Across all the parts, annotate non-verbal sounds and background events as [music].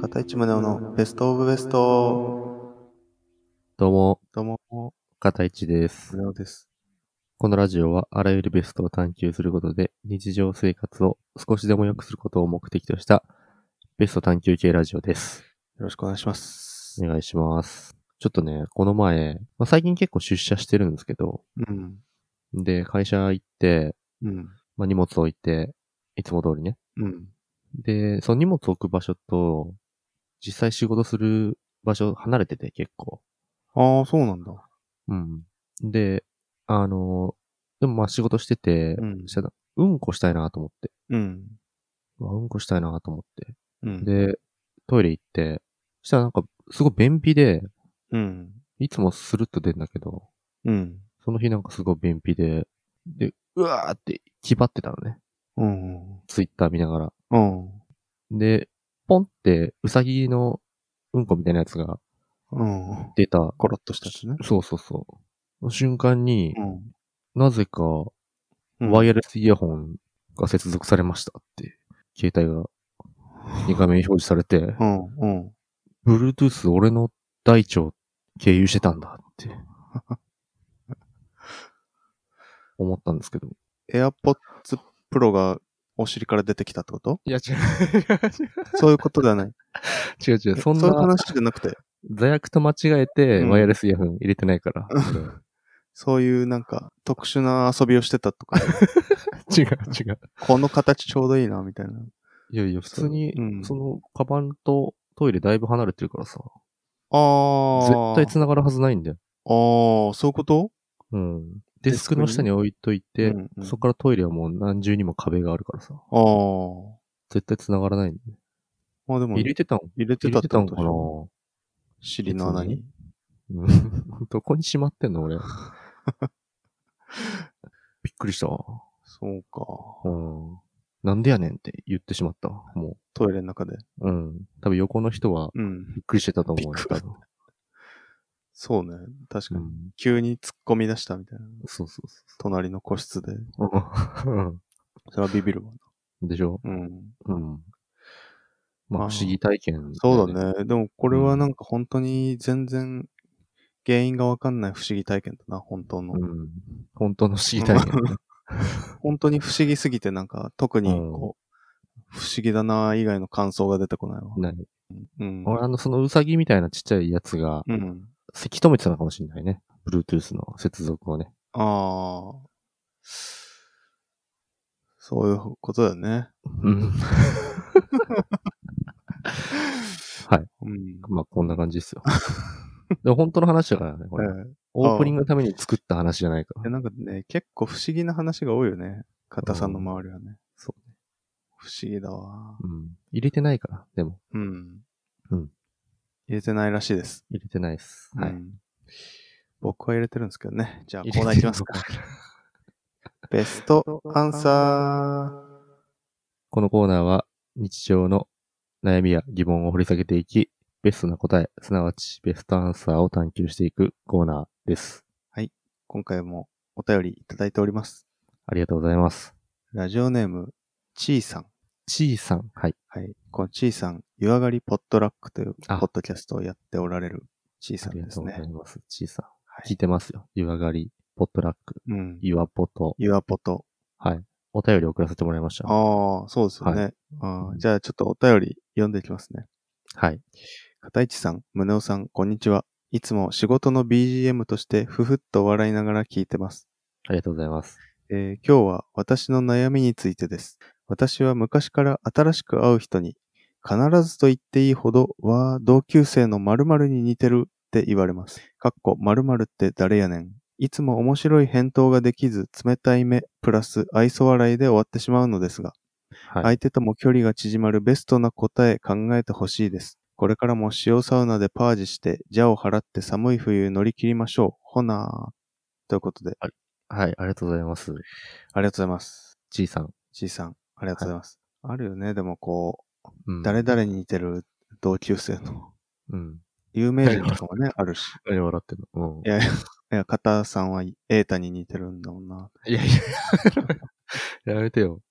太一宗男のベストオブベスト。どうも、どうも、片一で宗す。男です。このラジオはあらゆるベストを探求することで日常生活を少しでも良くすることを目的としたベスト探求系ラジオです。よろしくお願いします。お願いします。ちょっとね、この前、まあ、最近結構出社してるんですけど、うん。で、会社行って、うん。まあ、荷物置いて、いつも通りね。うん。で、その荷物置く場所と、実際仕事する場所離れてて結構。ああ、そうなんだ。うん。で、あの、でもまあ仕事してて、うんしたらうんこしたいなと思って。うん。うわうんこしたいなと思って。うん。、で、トイレ行って、そしたらなんか、すごい便秘で、うん。いつもスルッと出るんだけど、うん。その日なんかすごい便秘で、で、うわーって、気張ってたのね。うん。ツイッター見ながら。うん。で、ポンって、うさぎのうんこみたいなやつがうん。出た。コロッとしたしね。そうそうそう。その瞬間に、なぜか、うん。ワヤイヤレスイヤホンが接続されましたって、携帯が2画面表示されて、うん。うん。 Bluetooth 俺の大腸経由してたんだって、 [laughs] 思ったんですけど。エアポッツプロがお尻から出てきたってこといや、違う、そういうことではない。違う違 [laughs] う、そんそういうな話じゃなくて、座悪と間違えてうんワイヤレスイヤホン入れてないから。そういうなんか特殊な遊びをしてたとか、違う違う。この形ちょうどいいな、みたいな。いやいや、普通にう、んその、カバンとトイレだいぶ離れてるからさ、ああ。絶対繋がるはずないんだよ。ああ、そういうことうん。デスクの下に置いといて、うんうんそこからトイレはもう何重にも壁があるからさ。ああ。絶対繋がらないんだよね。まあでも、入れてたん入れて入たれっててたこんとでかしなょ尻の穴にうん [laughs] どこにしまってんの [laughs] 俺。びっくりした。そうか。うん。なんでやねんって言ってしまった。もトイレの中で。う。うん。多分横の人はうん。びっくりしてたと思うよびっ。く多り分。そうね。確うかに。ん。急に突っ込み出したみたいな。そうそう隣の個室で。そううん。それはビビるわ。 [laughs] でしょうん。うん。まああ、ー不思議体験。そうだね。でもこれはなんか本当に全然原因がわかんない不思議体験だな、本当の。うん。本当の不思議体 [laughs] 験。本当に不思議すぎてなんか特にこう、不思議だな以外の感想が出てこないわ。ないうん。俺、あの、そのウサギみたいなちっちゃいやつが、うん。せき止めてたのかもしれないね。Bluetooth の接続をね。ああ。そういうことだよね。うん。うん。まあ、こんな感じですよ。でも本当の話だからね、これ。えオープニングのために作った話じゃないかえでら。なんかね、結構不思議な話が多いよね。片さんの周りはね。そうね。不思議だわ。うん。入れてないから、でも。うん。うん。入れてないらしいです。入れてないです。はうい。ん僕は入れてるんですけどね。じゃあ、コ入れてーナーいきますか。ベストアンサ [laughs] このコーナーは、日常の悩みや疑問を掘り下げていき、ベストな答え、すなわちベストアンサーを探求していくコーナーです。ー。今回もお便りいただいております。ありがとうございます。ラジオネーム、ちーさん。ちーさん。はい。はい。このちーさん、湯上がりポットラックというポあッドキャストをやっておられるちーさんありでがとすうござね。います。ちーさん。は聞いてますよ。湯上がり、ポットラック、い。うん。岩ポト。湯アポト。はい。お便り送らせてもらいました。ああ、そうですよね。はあーじゃあちょっとお便り読んでいきますね。はい。片市さん、宗男さん、こんにちは。いつも仕事の BGM としてふふっと笑いながら聞いてます。ありがとうございます。えー今日は私の悩みについてです。私は昔から新しく会う人に、必ずと言っていいほどは同級生の〇〇に似てるって言われます。かっこ〇〇って誰やねん。いつも面白い返答ができず冷たい目、プラス愛想笑いで終わってしまうのですが、はい。相手とも距離が縮まるベストな答え考えてほしいです。これからも塩サウナでパージして、ジャを払って寒い冬乗り切りましょう。ほなー。ということで、はい。ありがとうございます。ありがとうございます。ちいさん。 C さん、ありがとうございます。あるよね、でもこうんう、誰々に似てる同級生の、 [laughs] うん。有名人とかもね、あるし。何笑ってんのうん [laughs] い。やいや、いや、片さんは瑛太に似てるんだもんな。 [laughs] いやいや、やめてよ。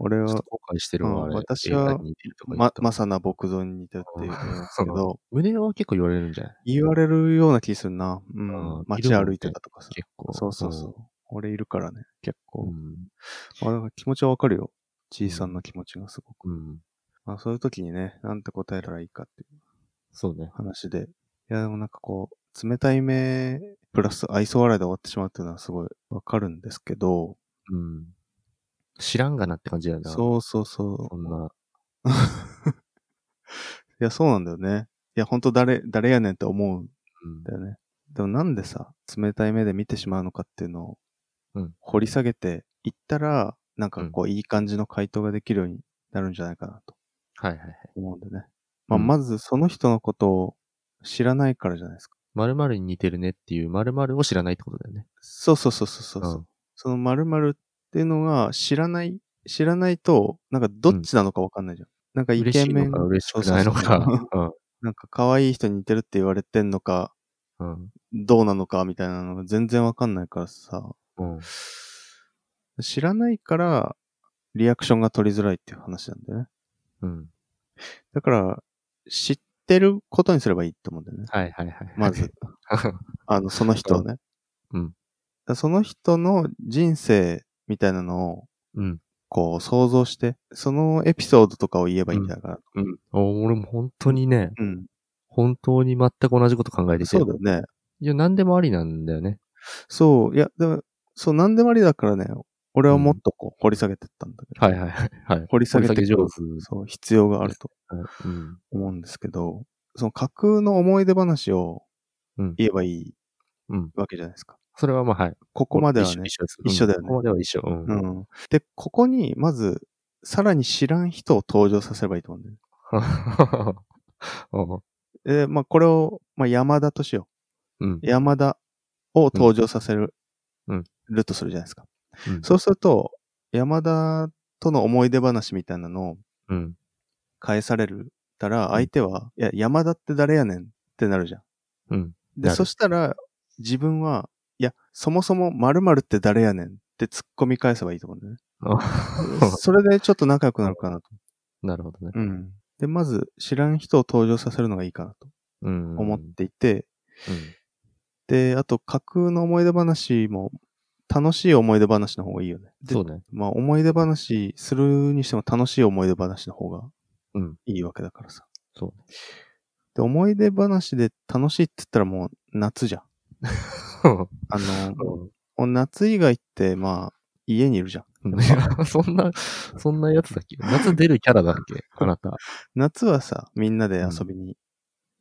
俺ちょっとは、後悔してるわ、うんあれ。私は映画に似てるとか言っま、たまさな木像に似てるって言ってますけど、胸は結構言われるんじゃない言われるような気するな。ううんん。街歩いてたとかさ。結構。そうそうそう。俺いるからね、結構。うん。まあ、だから気持ちはわかるよ。じいさんの気持ちがすごく。うん。うん。まあ、そういう時にね、なんて答えたらいいかっていうそうね。話で。いや、でもなんかこう、冷たい目、プラス愛想笑いで終わってしまうっていうのはすごいわかるんですけど、うん。知らんがなって感じだよな。う。そうそうそそんな。う。 [laughs] いや、そうなんだよね。いや、ほんと誰、誰やねんって思うんうんだよね。でもなんでさ、冷たい目で見てしまうのかっていうのをうん、掘り下げていったら、なんかこう、いい感じの回答ができるようになるんじゃないかなとはいはいはい。思うんでね。まあ、うんまずその人のことを知らないからじゃないですか。 〇〇に似てるねっていう〇〇を知らないってことだよね。そうそうそうそうそう。うその〇〇っていうのが知らない、知らないと、なんかどっちなのかわかんないじゃん。なんかうん。イ嬉ケしいメン。のか嬉しくないのそうそうそかう。なんか可愛い人に似てるって言われてんのか、うん。うんどうなのかみたいなのが全然わかんないからさ、うん。知らないからリアクションが取りづらいっていう話なんだよね。うん。だから、知ってることにすればいいと思うんだよね。はいはいはい。。まず。[laughs] はあの、その人をね。うんだからその人の人生みたいなのを、うん。こう、想像して、そのエピソードとかを言えばいいんだから。うん。俺も本当にね、うん。本当に全く同じこと考えてて。そうだよね。いや、何でもありなんだよね。そう、いや、でも、そう、なんでもありだからね、俺はもっとこう、掘り下げてったんだけど。はいはいはい。はい。 [laughs] 掘り下げて掘りい下げ上く手。そう、必要があるとうん。思うんですけど、その架空の思い出話をうん言えばいいうんわけじゃないですか。それはまあはい。こここまではね一緒、です一緒だよねうんここまでは一緒。うん。うん。で、ここに、まず、さらに知らん人を登場させればいいと思うんだよね。 [laughs] うんえまあ、これを、まあ、山田としようんう。。山田を登場させる、うんるとするじゃないですか。うんそうすると、山田との思い出話みたいなのをうん。返されるたら、相手は、いや、山田って誰やねんってなるじゃん。うん。 [laughs] で、なるそしたら、自分は、いや、そもそも〇〇って誰やねんって突っ込み返せばいいと思うんだよね。それでちょっと仲良くなるかなと。なるほどね。うん。で、まず、知らん人を登場させるのがいいかなとうん。思っうんていて、で、あと、架空の思い出話も、楽しい思い出話の方がいいよね。でそうね。まあ、思い出話するにしても楽しい思い出話の方がうんいいわけだからさ。そうね。で、思い出話で楽しいって言ったらもう夏じゃん。あ [laughs] の、もう夏以外って、まあ、家にいるじゃん。うんいや [laughs] そんな、そんなやつだっけ夏出るキャラだっけあなた。夏はさ、みんなで遊びに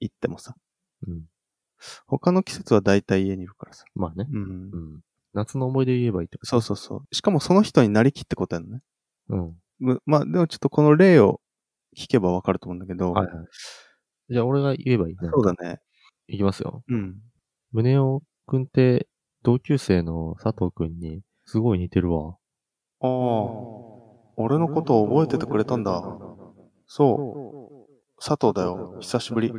行ってもさ、うん。他の季節は大体家にいるからさ。まあね。うんう。ん。夏の思い出言えばいいってこそうそうそう。しかもその人になりきってことやのね。と。うん。むまあ、でもちょっとこの例を聞けばわかると思うんだけど、はいはい。じゃあ俺が言えばいいね。そうだね。いきますよ。うん。宗男くんって、同級生の佐藤くんに、すごい似てるわ。ああ、俺のことを覚えててくれたんだ。そう。佐藤だよ。久しぶり。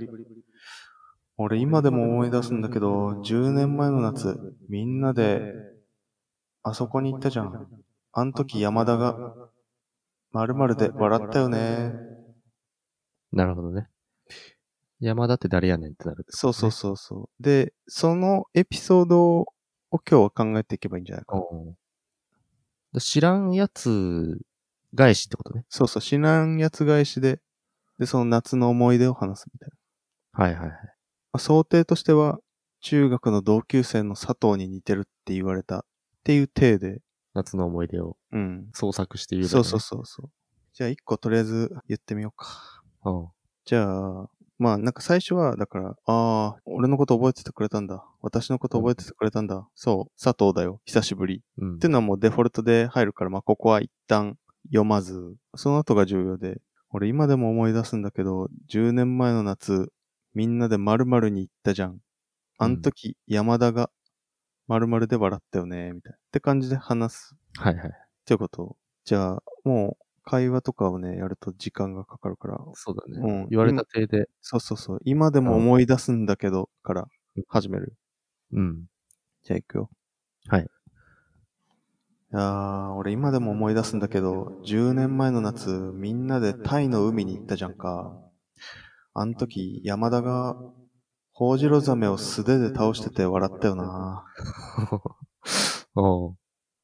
俺今でも思い出すんだけど、10年前の夏、みんなで、あそこに行ったじゃん。あの時山田が、まるまるで笑ったよね。なるほどね。山田って誰やねんってなる。そうそうそうそう。で、そのエピソードを今日は考えていけばいいんじゃないかな。で知らんやつ返しってことね。そうそう、知らんやつ返しで、で、その夏の思い出を話すみたいな。はいはいはい。まあ想定としては、中学の同級生の佐藤に似てるって言われたっていう体で、夏の思い出をうん。創作して言う、そうそうそうそう。じゃあ一個とりあえず言ってみようか。そじゃあ、まあなんか最初は、だから、ああ、俺のこと覚えててくれたんだ。私のこと覚えててくれたんだ。そう、佐藤だよ。久しぶり。う。うん。うん。っていうのはもうデフォルトで入るから、まあ、ここは一旦読まず、その後が重要で、俺今でも思い出すんだけど、10年前の夏、みんなで〇〇に行ったじゃん。あの時、山田が〇〇で笑ったよね、みたいな。って感じで話すはいはい。っていうことを。じゃあ、もう、会話とかをね、やると時間がかかるから、そうだね。うん言われた体で。そうそうそう、今でも思い出すんだけど、から始める。 [laughs] うん。じゃあ行くよ。はい。いやー、俺今でも思い出すんだけど、10年前の夏、みんなでタイの海に行ったじゃんか。あの時、山田が、ホウジロザメを素手で倒してて笑ったよな。ああ、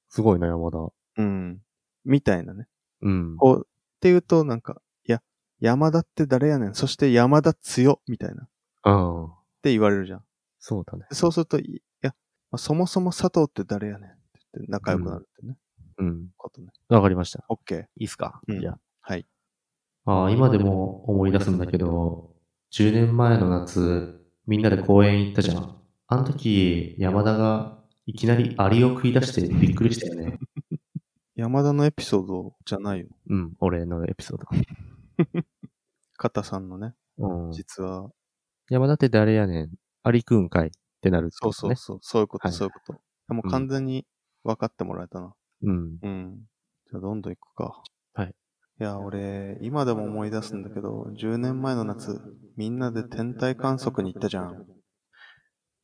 すごいな、山田。うん。みたいなね。うん。こう、っていうと、なんか、いや、山田って誰やねん。そして山田強、みたいな。っうん。て言われるじゃん。そうだね。そうすると、いいや、まあそもそも佐藤って誰やねん。って言って仲良くなるってね。うん。ことね。わかりました。オッケー。いいっすか、うんじゃあ。はい。ああ、今でも思い出すんだけど、10年前の夏、みんなで公園行ったじゃん。あの時、山田がいきなりアリを食い出してびっくりしたよ [laughs] ね。山田のエピソードじゃないよ。うん、俺のエピソーカタさんのね、ド。うん、実は。山田って誰やねんアリくんかいってなるってそこうとそねう。そう。そういうこと、はいそういうこと。でもう完全に分かってもらえたな。うん。うん。じゃあ、どんどん行くか。はい。いや、俺、今でも思い出すんだけど、10年前の夏、みんなで天体観測に行ったじゃん。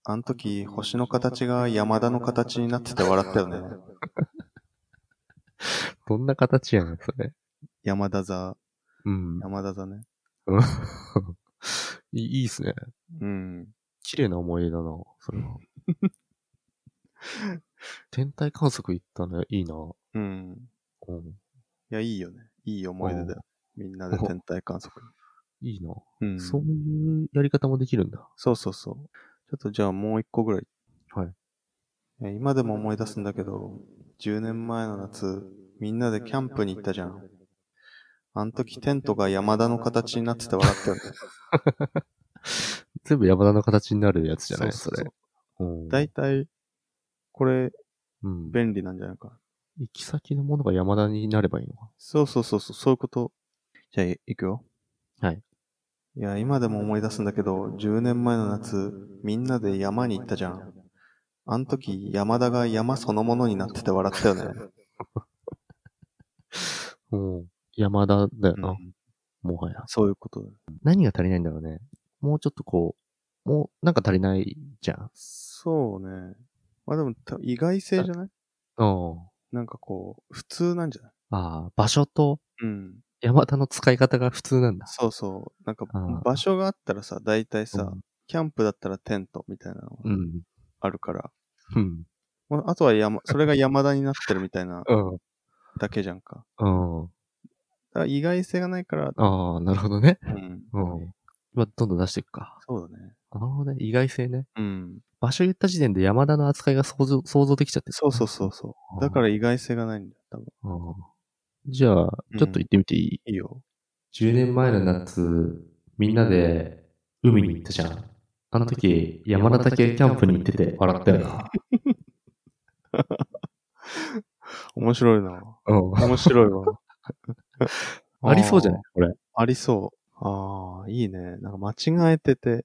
あの時、星の形が山田の形になってて笑ったよね。どんな形やねん、それ。山田座、うん。 [laughs] 山田座ね。いいいっすね。うん。綺麗な思い出だな、[laughs] それは。天体観測行ったのいいな。うん。うん。いや、いいよね。いい思い出だよ。みんなで天体観測いいな。に。うん。そういうやり方もできるんだ。そうそうそう。ちょっとじゃあもう一個ぐらい。はいえー。今でも思い出すんだけど、10年前の夏、みんなでキャンプに行ったじゃん。あの時テントが山田の形になってて笑ったよね。全部山田の形になるやつじゃないそうううれ。大体、これうん。便利なんじゃないかな。行き先のものが山田になればいいのか。そうそうそうそう、そういうこと。じゃあ、いいくよ。はい。いや、今でも思い出すんだけど、10年前の夏、みんなで山に行ったじゃん。あの時、山田が山そのものになってて笑ったよね。うん。山田だよな、うんもはや。そういうことだよ。何が足りないんだろうね。もうちょっとこう、もうなんか足りないじゃん。そうね。まあでも、た意外性じゃないうん。なんかこう、普通なんじゃないああ、場所とうん。山田の使い方が普通なんだ。そうそう。なんかあー、場所があったらさ、大体さ、うんキャンプだったらテントみたいなのうがん。あるから、うん。まああとは山、 [laughs] それが山田になってるみたいなうん。だけじゃんか。うん。だから意外性がないから、ああ、なるほどね。うん。うん。まあ、どんどん出していくか。そうだね。なるほどね。意外性ね。うん。場所言った時点で山田の扱いが想像、想像できちゃってるそうそうそうそう。だから意外性がないんだよ、多分。うんじゃあ、ちょっと行ってみていい、いいよ。 ?10 年前の夏、みんなで海に行ったじゃん。あの時、山田岳キャンプに行ってて笑ったよな。面白いな。う面白いわ。 [laughs] ん。ありそうじゃないいこれ。ありそう。ああ、いいね。なんか間違えてて、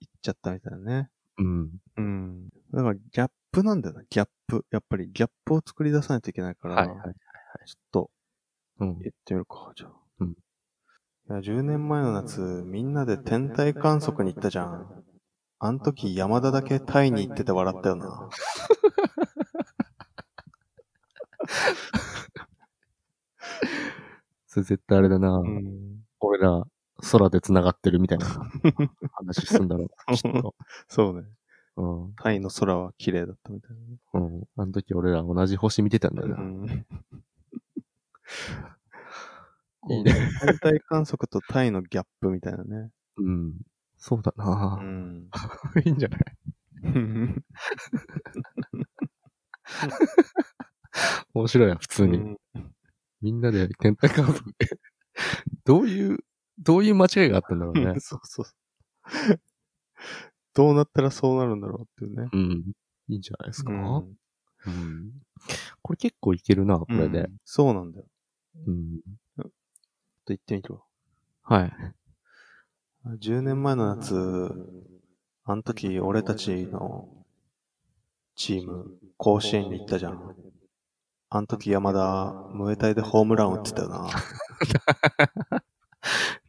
行っちゃったみたいなね。うん。うん。だからギャップなんだよな、ギャップ。やっぱりギャップを作り出さないといけないから、はいはい。ちょっとうん。言ってみるか、じゃあ。うんいや、10年前の夏、みんなで天体観測に行ったじゃん。あの時山田だけタイに行ってて笑ったよな。それ絶対あれだな。うん。俺ら、空で繋がってるみた [laughs] いな話すんだろ [laughs] う。きっと。そうね。うん。タイの空は綺麗だったみたいなね。うん。あの時俺ら同じ星見てたんだよな。うんいいね天体観測とタイのギャップみたいなね。うん。そうだうな、ん。。[laughs] いいんじゃない面白いやん、普通に。みんなで天体観測で。 [laughs] どういう、どういう間違いがあったんだろうねそうそう。どうなったらそうなるんだろうっていうね。うん。いいんじゃないですか、うんうんこれ結構いけるな、これで。うんそうなんだよ。うん。ちょっと言ってみてよ。はい。 10年前の夏、あの時俺たちのチーム、甲子園に行ったじゃん。あの時山田、ムエタイでホームラン打ってたよな。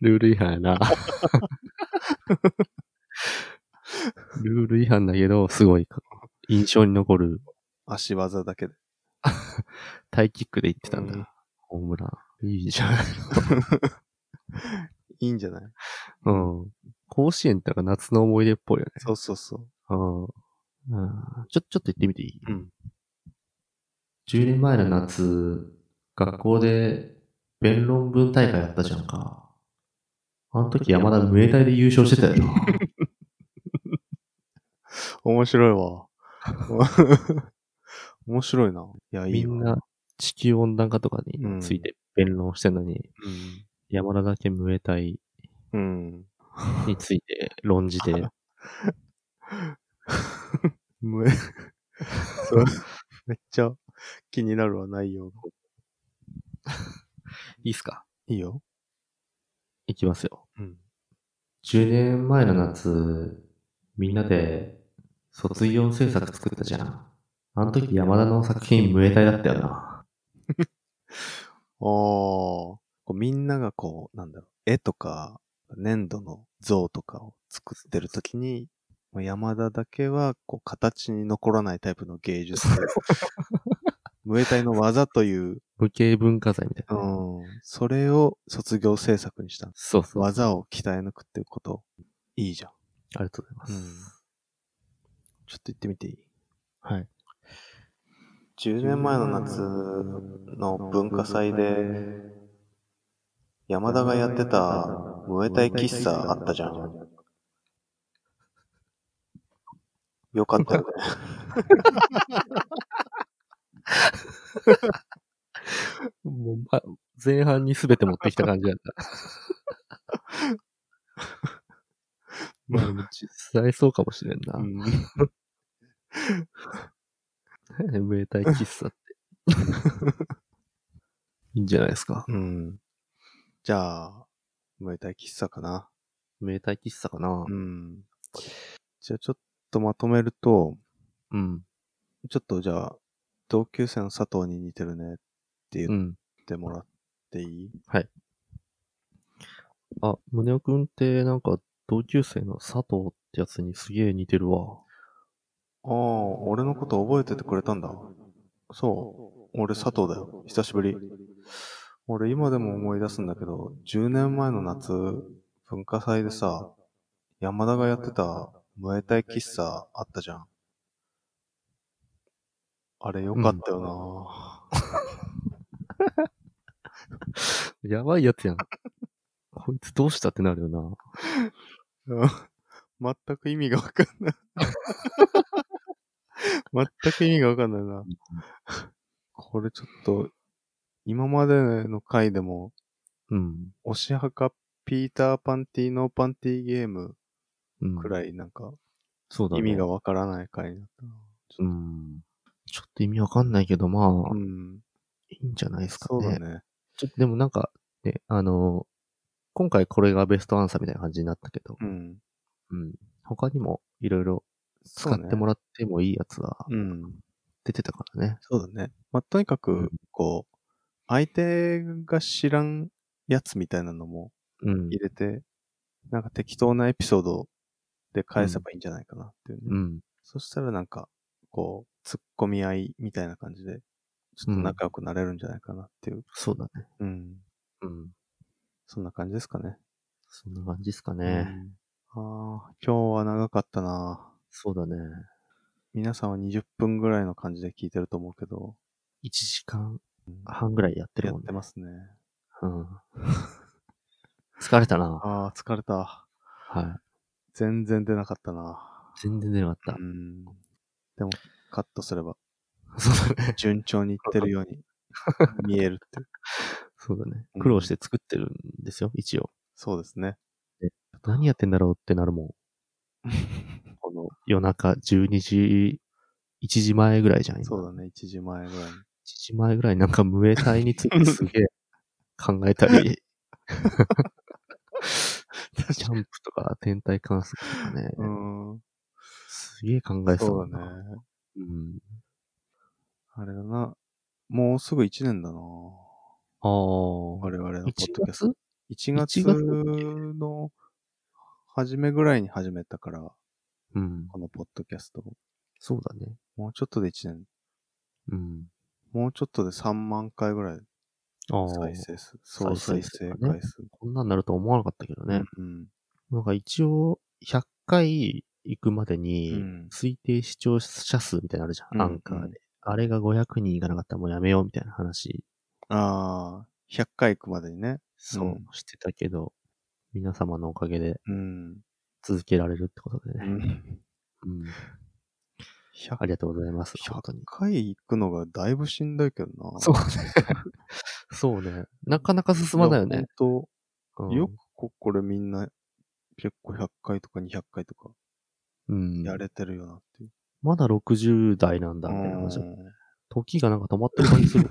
ルール違反やな。ルール違反だけど、すごい印象に残る。足技だけで。タイキックで行ってたんだ。うんホームラン。いいじゃん。いいんじゃないうん。甲子園ってなんか夏の思い出っぽいよね。そうそうそう。うん。うんちょ、ちょっと言ってみていいうん。 10年前の夏、学校で弁論文大会やったじゃんか。あの時山田無栄体で優勝してたよな。面白いわ。 [laughs] 面白いな。いや、い [laughs] みいわんな地球温暖化とかうにんついて弁論してるのに、山田だけ無栄体うん。うん。について論じ [laughs] て、むえ、 [laughs] そう [laughs] めっちゃ気になるわ、内容が。いいっすかいいよ。いきますよ。うん。 10年前の夏、みんなで卒業制作作ったじゃん。あの時山田の作品無栄体だったよな。ああ、こうみんながこう、なんだろう、絵とか、粘土の像とかを作ってるときに、もう山田だけは、こう、形に残らないタイプの芸術 [laughs] 家。無栄体の技という、無形文化財みたいうな。ん、それを卒業制作にしたんです。そうそう。あ技を鍛え抜くっていうこと、いいじゃん。りがとうございます。ちょっと行ってみていいはい。 10年前の夏の文化祭で山田がやってたムエタイ喫茶あったじゃん。よかったよね。もう、ま、前半に全て持ってきた感じだった。 [laughs] まあ、実際そうかもしれんな。ムエタイ喫 [laughs] 茶って。いいんじゃないですか。うん。じゃあ、ムエタイ喫茶かな。ムエタイ喫茶かなう。ん。じゃあちょっとまとめると、うん。ちょっとじゃあ、同級生の佐藤に似てるねってう言っん。てもらっていい、あ、宗男くんってなんか同級生の佐藤ってやつにすげえ似てるわ。ああ、俺のこと覚えててくれたんだ。そう、俺佐藤だよ。久しぶり。俺今でも思い出すんだけど、10年前の夏、文化祭でさ、山田がやってた、ムエタイ喫茶あったじゃん。あれよかったよな、やばいや [laughs] つやん。こいつどうしたってなるよな。全く意味がわかんない。全く意味がわかんないな。これちょっと、今までの回でも、うん。推し墓、ピーターパンティーノーパンティーゲームうん。くらいなんかそうだね。意味がわからない回になったな。うん。ちょっと意味わかんないけど、まあ、ういん。いんじゃないですかそうだね。ね。ちょでもなんか、ね、あの、今回これがベストアンサーみたいな感じになったけど、うん。うん。他にもいろいろ使そうってもららってもいいやつがうん。出てたからね。そうだね。まあ、とにかうんく、こう、相手が知らんやつみたいなのもうん入。れて、なんか適当なエピソードで返せばいいんじゃないかなっていうね。うん。そしたらなんか、こう、突っ込み合いみたいな感じで、ちょっと仲良くなれるんじゃないかなっていう。そうだね。うん。うん。そんな感じですかね。そんな感じですかね。うんああ、今日は長かったな。そうだね。皆さんは20分ぐらいの感じで聞いてると思うけど、 1時間半ぐらいやってるやもっんねて。ますね。うん。 [laughs] 疲れたな。ああ、疲れた。はい。全然出なかったな。全然出なかったう。ん。でも、カットすれば、そうだね。順調にいってるように見えるっていう。そうだねうん。苦労して作ってるんですよ、一応。そうですね。何やってんだろうってなるもん。この夜中12時、1時前ぐらいじゃん。今そうだね、1時前ぐらいに。 1時前ぐらいなんか無栄体につ [laughs] いてすげえ考えたり、キャンプとか天体観測とかね、うん。すげえ考えそそううだな。ね。うん。あれだな。もうすぐ1年だな。ああ。我々のポッ1ドキャスト月1 1月月だっけの初めぐらいに始めたから、うん。このポッドキャストをそうだね。もうちょっとで1年。うん。もうちょっとで3万回ぐらいああ、再生数、総再再生生回数。こんなんなると思わなかったけどね。うん。なんか一応、100回行くまでうに、ん推定視聴者数みたいなのあるじゃん、うんアンカーで。あれが500人いかなかったらもうやめようみたいな話、ああ、100回行くまでにね。そううんしてたけど、皆様のおかげでうん。続けられるってことうでね。んうん。あ100りがとうございます。本当100に。回行くのがだいぶしんどいけどな。そうね。 [laughs] そうね。なかなか進まないよね。。本う当んよくここれみんな結構100回とか200回とかうん。やれてるよなっていう。まだ60代なんだ、みたいな話。うん時がなんか止まってる感じ [laughs] する。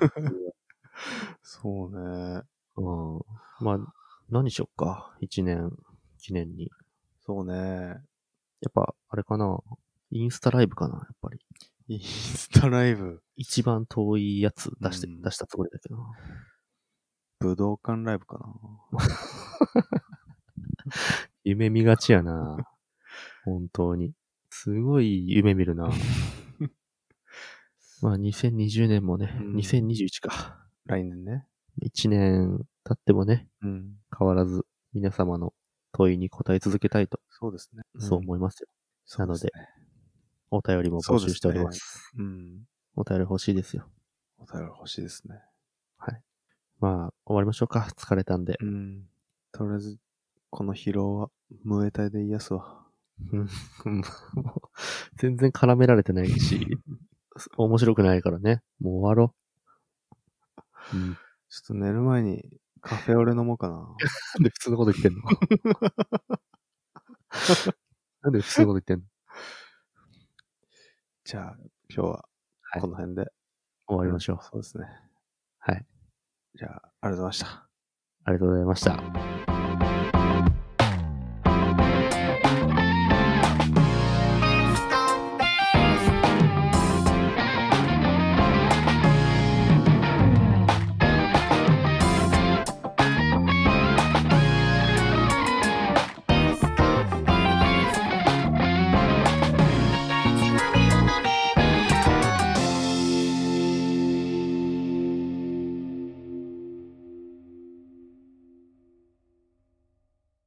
そうね。うん。まあ、何しよっか。一年、記念に。そうね。やっぱ、あれかな。インスタライブかな、やっぱり。インスタライブ、一番遠いやつ出して、うん出したつもりだけどな。武道館ライブかな。夢見がち [laughs] やな。本当に。すごい夢見る [laughs] な。まあ、2020年もね、うん2021か。来年ね。一年経ってもね、うん。変わらず皆様の問いに答え続けたいと、そうですね。そううん思いますよ。そうなのすでね、お便りも募集しております。うん。お便り欲しいですよ。お便り欲しいですね。まあ、終わりましょうか。疲れたんで。 [laughs] うん。とりあえず、この疲労は、無エタイで癒すわ。もう全然絡められてない [laughs] し、面白くないからね。もう終わろう。うん。ちょっと寝る前に、カフェオレ飲もうか [laughs] な。なんで普通のこと言ってんのなんで普通のこと言ってんのじゃあ、今日はは、いこの辺で、終わりましょう。そうですね。はい。じゃあ、ありがとうございました。ありがとうございました。